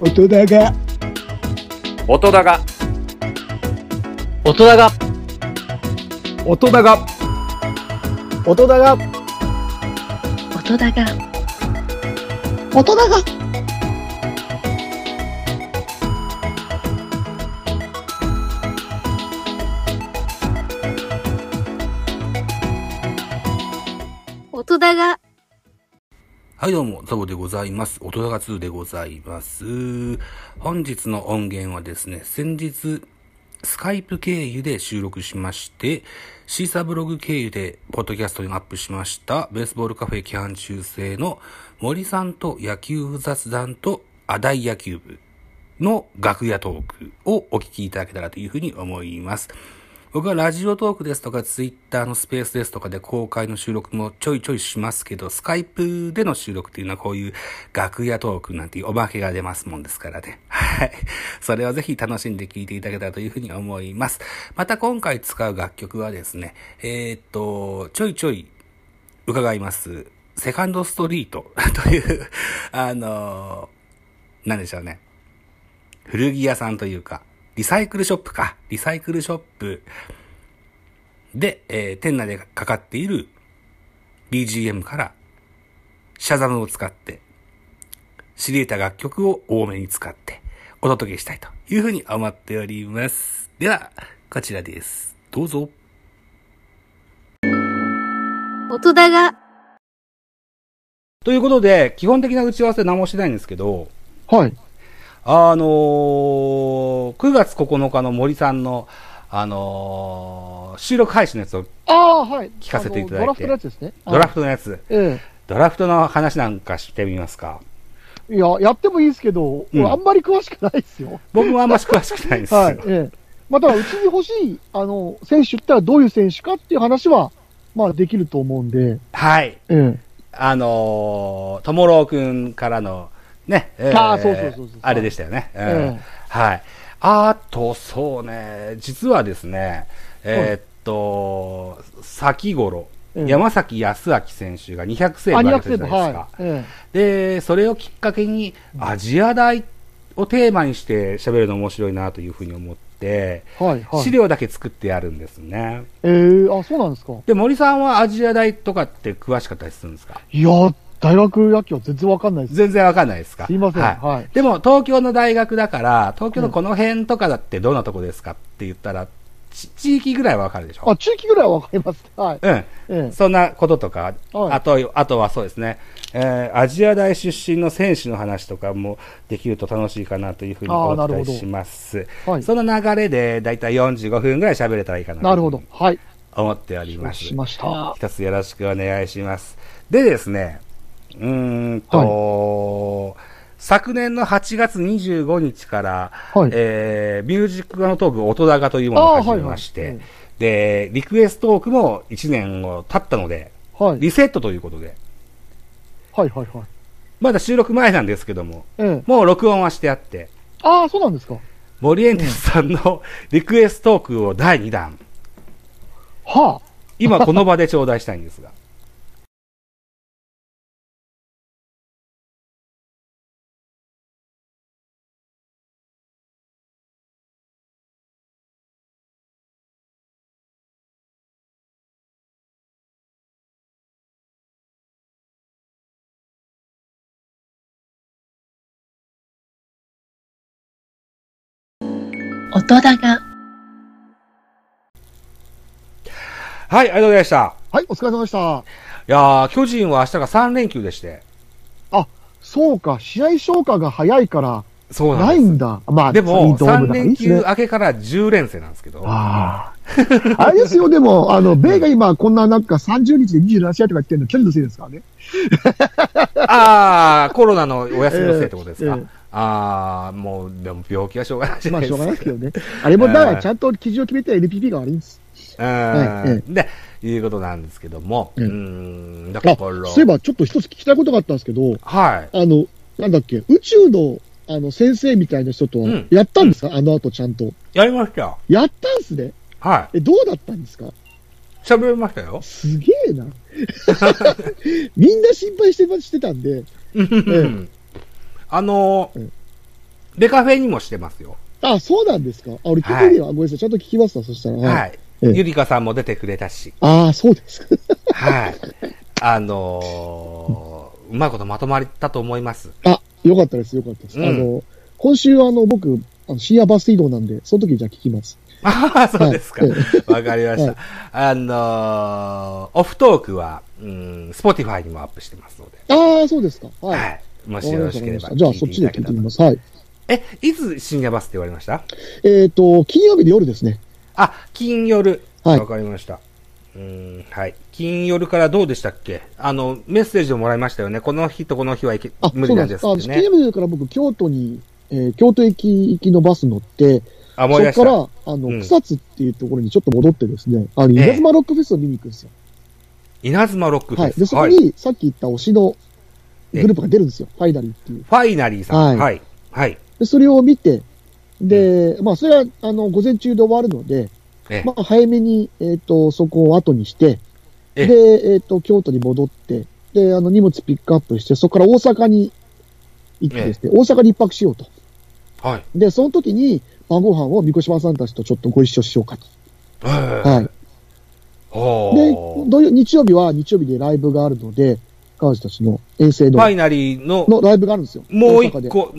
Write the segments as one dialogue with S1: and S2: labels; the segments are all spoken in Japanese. S1: 大人が
S2: 音だが
S3: 大人が
S4: 音だが
S5: 音だが
S6: 音だが
S7: 大人が
S6: 音だが
S8: はいどうも、ザボでございます。音高2でございます。本日の音源はですね、先日、スカイプ経由で収録しまして、シーサーブログ経由で、ポッドキャストにアップしました、ベースボールカフェ規範中制の森さんと野球部雑談とアダイ野球部の楽屋トークをお聞きいただけたらというふうに思います。僕はラジオトークですとか、ツイッターのスペースですとかで公開の収録もちょいちょいしますけど、スカイプでの収録っていうのはこういう楽屋トークなんていうおまけが出ますもんですからね。はい。それをぜひ楽しんで聴いていただけたらというふうに思います。また今回使う楽曲はですね、えーっと、ちょいちょい伺います。セカンドストリートという、あのー、なんでしょうね。古着屋さんというか、リサイクルショップか。リサイクルショップで、えー店内でかかっている BGM から、シャザムを使って、知り得た楽曲を多めに使って、お届けしたいというふうに思っております。では、こちらです。どうぞ。
S6: 音だが
S8: ということで、基本的な打ち合わせ何もしてないんですけど、
S5: はい。
S8: あのー、9月9日の森さんの、あのー収録配信のやつを、
S5: ああ、はい。
S8: 聞かせていただいて
S5: あのドラフトのやつですね。
S8: ドラフトのやつ、
S5: ト。え
S8: ドラフトの話なんかしてみますか。
S5: え。いや、やってもいいですけど、
S8: うん
S5: 俺あんまり詳しくないですよ。
S8: 僕もあんまし詳しくないんです よ。
S5: はい。ええ。まあ、ただ、うちに欲しい、あの、選手ったらどういう選手かっていう話は、まあ、できると思うんで、
S8: はい。
S5: ええ。
S8: あのー、ともろうくんからの、ね、え
S5: あーそうそうそうそう
S8: あれでしたよね。うん
S5: ええ
S8: はい。あと、そうね、実はですね、えーっと、先頃、
S5: ええ
S8: 山崎康明選手が200セー
S5: ア
S8: ブ
S5: ニ
S8: あ
S5: ア
S8: る
S5: ク
S8: じ
S5: セ
S8: ゃ
S5: ー
S8: な
S5: ブ、
S8: いです
S5: はい。え
S8: か。で、それをきっかけに、アジア大をテーマにして喋るの面白いなというふうに思って、
S5: え。はい、は
S8: 資
S5: い。
S8: 料だけ作ってあるんですね。
S5: ええ、あ、そうなんですか。
S8: で、森さんはアジア大とかって詳しかったりするんですか
S5: いや、大学野球は全然わかんないです。
S8: 全然わかんないですか
S5: すいません。
S8: はい。
S5: はい。
S8: でも、東京の大学だから、東京のこの辺とかだってどんなとこですかって言ったら、ち地域ぐらいはわかるでしょ
S5: あ、地域ぐらいはわかりますね。はい。
S8: うん。
S5: え
S8: そんなこととか、
S5: はい
S8: あと、あとはそうですね、えーアジア大出身の選手の話とかもできると楽しいかなというふうに
S5: あー
S8: 思
S5: な
S8: っ
S5: る
S8: た
S5: ほ
S8: り
S5: ど
S8: します。
S5: え。はい。
S8: その流れで、だいたい45分ぐらい喋れたらいいかな
S5: なるほど。はい。
S8: と思っており
S5: 承
S8: ま
S5: 知
S8: す
S5: し。ました。
S8: 一つよろしくお願いします。でですね、うーんと、昨年の8月25日から、
S5: はい
S8: えーミュージックのトーク、音高というものを始めまして、
S5: あーはいはい
S8: で、リクエストトークも1年を経ったので、
S5: はい。
S8: リセットということで、
S5: はいはいはい。
S8: まだ収録前なんですけども、
S5: ええ。
S8: もう録音はしてあって、
S5: ああ、そうなんですか。
S8: 森エンテスさん のリクエストトークを第2弾、
S5: は
S8: 今この場で頂戴したいんですが。
S6: 音だが
S8: はい、ありがとうございました。
S5: あ。はい、お疲れ様でした。
S8: いやー、巨人は明日が3連休でして、
S5: そうか、試合消化が早いから、
S8: そう
S5: な
S8: なんで
S5: い
S8: す。
S5: んだ。まあ、
S8: でも、
S5: ドームだ
S8: 3
S5: からいい
S8: 連
S5: っす
S8: 休
S5: ね。
S8: 明けから10連戦なんですけど、
S5: ああ。あれですよ、でも、あの、米が今、こんななんか30日で27試合とか言ってるの、去年のせいですからね。
S8: あー、コロナのお休みのせいってことですか。
S5: ええ
S8: あー、もう、でも病気はしょうがないじゃ
S5: まあ、
S8: ない
S5: し
S8: で
S5: ょうが
S8: すか。
S5: ないですけどね。あれも、だから、ちゃんと基準を決めて NPP が悪いんです。
S8: う
S5: はい
S8: んで、いうことなんですけども、う
S5: ええ
S8: ーん、だから、
S5: あ、そういえば、ちょっと一つ聞きたいことがあったんですけど、
S8: はい。
S5: あの、なんだっけ、宇宙の、あの、先生みたいな人とは
S8: うん、
S5: やったんですか、あの後ちゃんと。
S8: やりましたよ。
S5: やったんすね。
S8: は
S5: え、どうだったんですか
S8: い。喋りましたよ。
S5: すげえな。みんな心配してましてたんで、
S8: うんあのー
S5: うん
S8: デカフェにもしてますよ。
S5: あ、そうなんですか。あ、俺聞いてねえわ。ごめんなさい。ちゃんと聞きますわ、そしたら。。
S8: はいい。
S5: ええ
S8: ゆりかさんも出てくれたし。
S5: ああ、そうですか。
S8: はい。あのーうまいことまとまったと思います。
S5: あ、よかったです、よかったです。
S8: うん
S5: あの、今週、あの、僕、あの深夜バス移動なんで、その時じゃあ聞きます。
S8: ああ、そうですか
S5: は。
S8: わかりまし
S5: は
S8: た。あのーオフトークは、うん、Spotify にもアップしてますので。
S5: ああ、そうですか。はい。
S8: はい。もしよろしければ
S5: わかりましたじゃあ、そっちで聞いてみます。はい。
S8: え、いつ深夜バスって言われました
S5: えっ、と、金曜日の夜ですね。
S8: あ、金夜。
S5: はい
S8: わかりました。うーん、はい。金夜からどうでしたっけあの、メッセージをもらいましたよね。この日とこの日はいけ
S5: あ、
S8: 無理なんです
S5: そう
S8: っ
S5: なんで
S8: て
S5: す。あの金曜。
S8: ね
S5: 日の夜から僕、京都に、えー京都駅行きのバス乗って、
S8: あ、思
S5: そ
S8: い
S5: こ
S8: 出し
S5: か
S8: た。
S5: ら、
S8: は
S5: あの、
S8: うん
S5: 草津っていうところにちょっと戻ってですね、あの、
S8: ええ
S5: 稲妻ロックフェスを見に行くんですよ。
S8: 稲妻ロック
S5: はい。
S8: フ
S5: で、
S8: ェス。
S5: そこ
S8: はい。
S5: に、さっき言った推しのグループが出るんですよ。ファイナリーっていう。
S8: ファイナリーさん。は。
S5: はい
S8: はい。
S5: で、それを見て、で、まあ、それは、あの、午前中で終わるので、
S8: ええ
S5: まあ、早めに、えっ、と、そこを後にして、で、
S8: え
S5: えっ、と、京都に戻って、で、あの、荷物ピックアップして、そこから大阪に行ってですね、大阪に一泊しようと。
S8: はい。
S5: で、その時に、晩ご飯を三越島さんたちとちょっとご一緒しようかと。
S8: は。
S5: はいい。で
S8: ほ、
S5: 土曜日曜日は日曜日でライブがあるので、彼女たちの遠征
S8: う。
S5: の
S8: ファイナリーの、
S5: のライブがあるんですよ。
S8: もう
S5: 大阪
S8: 一
S5: で
S8: 個。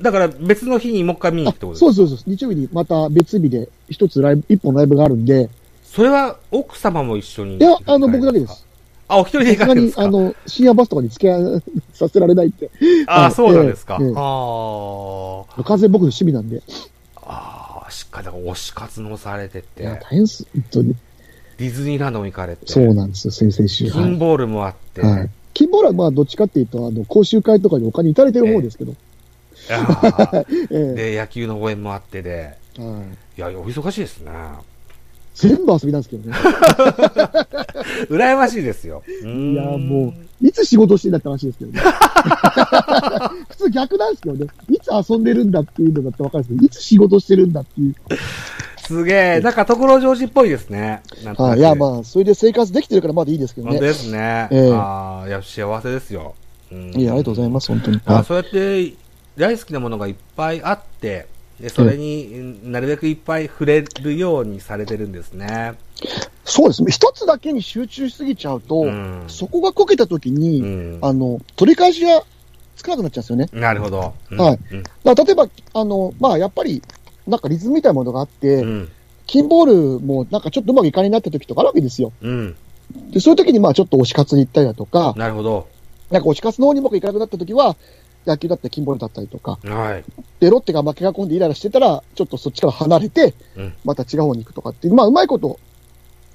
S8: だから別の日にもう一回見に行
S5: あ
S8: くってことです
S5: そ
S8: か
S5: うそうそう。日曜日にまた別日で一つライブ、一本ライブがあるんで、
S8: それは奥様も一緒に
S5: いや、あの、僕だけです。。
S8: あ、お一人で
S5: さす
S8: 行かれ
S5: が
S8: るんで
S5: に
S8: す、か
S5: あの、深夜バスとかに付き合いさせられないって。
S8: あ
S5: あ
S8: あ、そうなんですか。
S5: ええええ
S8: ああ。
S5: 完全に僕の趣味なんで。
S8: ああ、しっかり、だから推し活もされて
S5: い
S8: て、
S5: や、
S8: デ
S5: 大変っす。本当に。
S8: ィズニーランドも行かれて、
S5: そうなんですよ、先々週。
S8: 金ボールもあって、
S5: はい。はい。キンボーラはまあ、どっちかっていうと、あの、講習会とかにお金いただいてる方ですけど。
S8: ああ
S5: え
S8: で、野球の応援もあってで、
S5: えはい
S8: いや、お忙しいですね。
S5: 全部遊びなんですけどね。
S8: 羨ましいですよ。い
S5: いや、もう、いつ仕事してんだって話ですけどね。 普通逆なんですけどね。いつ遊んでるんだっていうのだってわかるんですけど、いつ仕事してるんだっていう。
S8: すげえ、なんか所ジョージっぽいですね。なんとな
S5: は
S8: く
S5: い。いや、まあ、それで生活できてるからまだいいですけど
S8: 本当
S5: ね。
S8: ですね。
S5: ええ
S8: ああ、いや、幸せですよ。うん
S5: いや、ありがとうございます、本当に。
S8: あ
S5: はい
S8: そうやって大好きなものがいっぱいあって、でそれになるべくいっぱい触れるようにされてるんですね。
S4: そうですね。一つだけに集中しすぎちゃうと、
S8: うん
S4: そこがこけた時に、
S8: うん
S4: あの、取り返しがつかなくなっちゃうんですよね。
S8: なるほど。うん
S4: はい。
S8: うん
S4: だから例えば、あの、まあ、やっぱり、なんかリズムみたいなものがあって、
S8: うん。
S4: キンボールもなんかちょっとうまくいかになった時とかあるわけですよ。
S8: うん。
S4: で、そういう時にまあちょっと推し活に行ったりだとか、
S8: なるほど。
S4: なんか推し活の方にうまくいかなくなった時は、野球だったりキンボールだったりとか、
S8: はい。
S4: で、ロッテが負けが込んでイライラしてたら、ちょっとそっちから離れて
S8: うん、
S4: また違う方に行くとかっていう、まあうまいこと、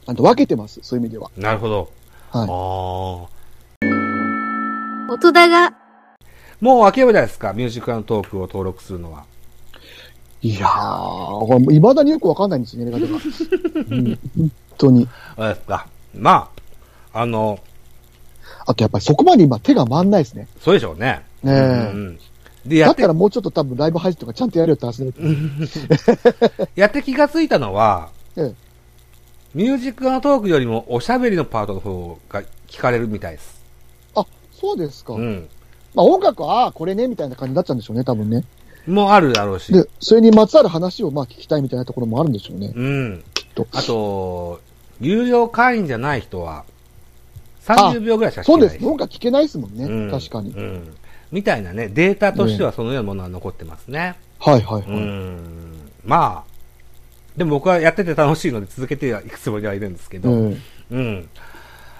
S4: あの、分けてます、そういう意味では。
S8: なるほど。
S4: はい
S8: ああ。
S6: 大人が
S8: もう秋山じゃないですか、ミュージックアンドトークを登録するのは。
S4: いやー、いまだによくわかんないんですよね、やり方 が。うん本当に。
S8: あですか。まあ、あの、
S4: あとやっぱりそこまで今手が回んないですね。
S8: そうでしょうね。
S4: ねえ
S8: うんで、や
S4: だ
S8: っ
S4: ってた、らもうちょっと多分ライブ配信とかちゃんとやるよって話だけど。
S8: やって気がついたのは、
S4: ええ
S8: ミュージックアンドトークよりもおしゃべりのパートの方が聞かれるみたいです。
S4: あ、そうですか。
S8: うん。
S4: まあ音楽は、ああ、これね、みたいな感じになっちゃうんでしょうね、多分ね。
S8: もあるだろうし。
S4: で、それにまつわる話をまあ聞きたいみたいなところもあるんでしょうね。
S8: うん。
S4: と
S8: あと、有料会員じゃない人は、30秒ぐらいしか
S4: そ
S8: 聞
S4: う
S8: け
S4: で
S8: ない
S4: す。。音楽聞けないですもんね。
S8: うん
S4: 確かに。
S8: うん。みたいなね、データとしてはそのようなものは残ってますね。
S4: はいはいはい。
S8: うん。まあ、でも僕はやってて楽しいので続けてはいくつもりはいるんですけど。
S4: うん
S8: うん。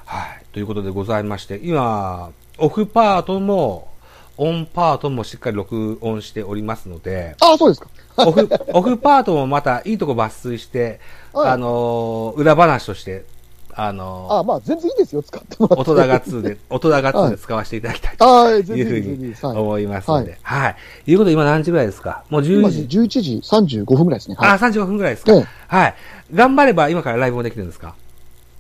S8: はい。ということでございまして、今、オフパートも、オンパートもしっかり録音しておりますので、
S4: ああ、そうですか。
S8: オフ、オフパートもまたいいとこ抜粋して、
S4: はい
S8: あのー裏話として、あ
S4: ああ、
S8: の
S4: まあ、全然いいですよ、使ってもらっ
S8: ー、大
S4: て。
S8: 人が2で、 大人が2で使わせていただきたいと
S4: ああ、全然
S8: い
S4: いうい
S8: ふう
S4: です全然いい
S8: に
S4: です。はい。
S8: 思いますので、はい。いうことで今何時ぐらいですかもう
S4: 今
S8: 10時。
S4: 11時35分ぐらいですね。は
S8: あ、
S4: い。
S8: 35分ぐらいです
S4: え
S8: か
S4: え
S8: はい。頑張れば今からライブもできるんですか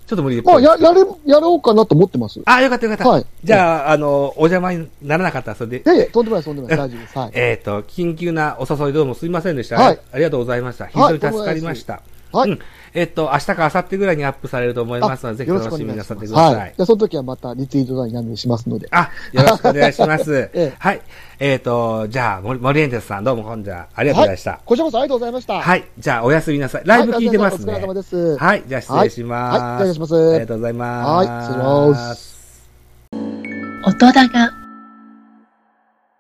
S8: ちょっと無理っ
S4: ま
S8: ぽ
S4: あ、
S8: いです
S4: や、
S8: けど
S4: やれ、やろうかなと思ってます。い
S8: あ、よかったよかった。
S4: はい
S8: じゃあ、あの、お邪魔にならなかったらそれで。
S4: やいや、とんでもないです、とんでもないです。大丈夫です。はい。
S8: えっ、と、緊急なお誘いどうもすいませんでした。
S4: はい
S8: ありがとうございました。非
S4: は
S8: 常
S4: い
S8: に助かりました。
S4: と
S5: はい
S8: うんえっと、明日か明後日ぐらいにアップされると思いますので、ぜひ
S5: よろし
S8: 楽
S5: くお
S8: しみ
S5: 願い
S8: にな
S5: し
S8: さっ
S5: ま
S8: て
S5: す。
S8: ください。
S5: はい。じゃあ、その時はまたリツイート欄に何でしますので。
S8: あ、よろしくお願いし ます。
S5: ええ
S8: はい。えっ、と、じゃあ、森森エンジェルさん、どうも本日はありがとうございました。は
S5: こちらこそありがとうございました。
S8: い、じゃあ、おやすみなさい。ライブ聞いてますね。
S5: はいお疲れ様です
S8: はい。じゃあ、失礼します。
S5: はいはいお願いします
S8: ありがとうございます。。
S5: はい失礼します
S6: 音だが。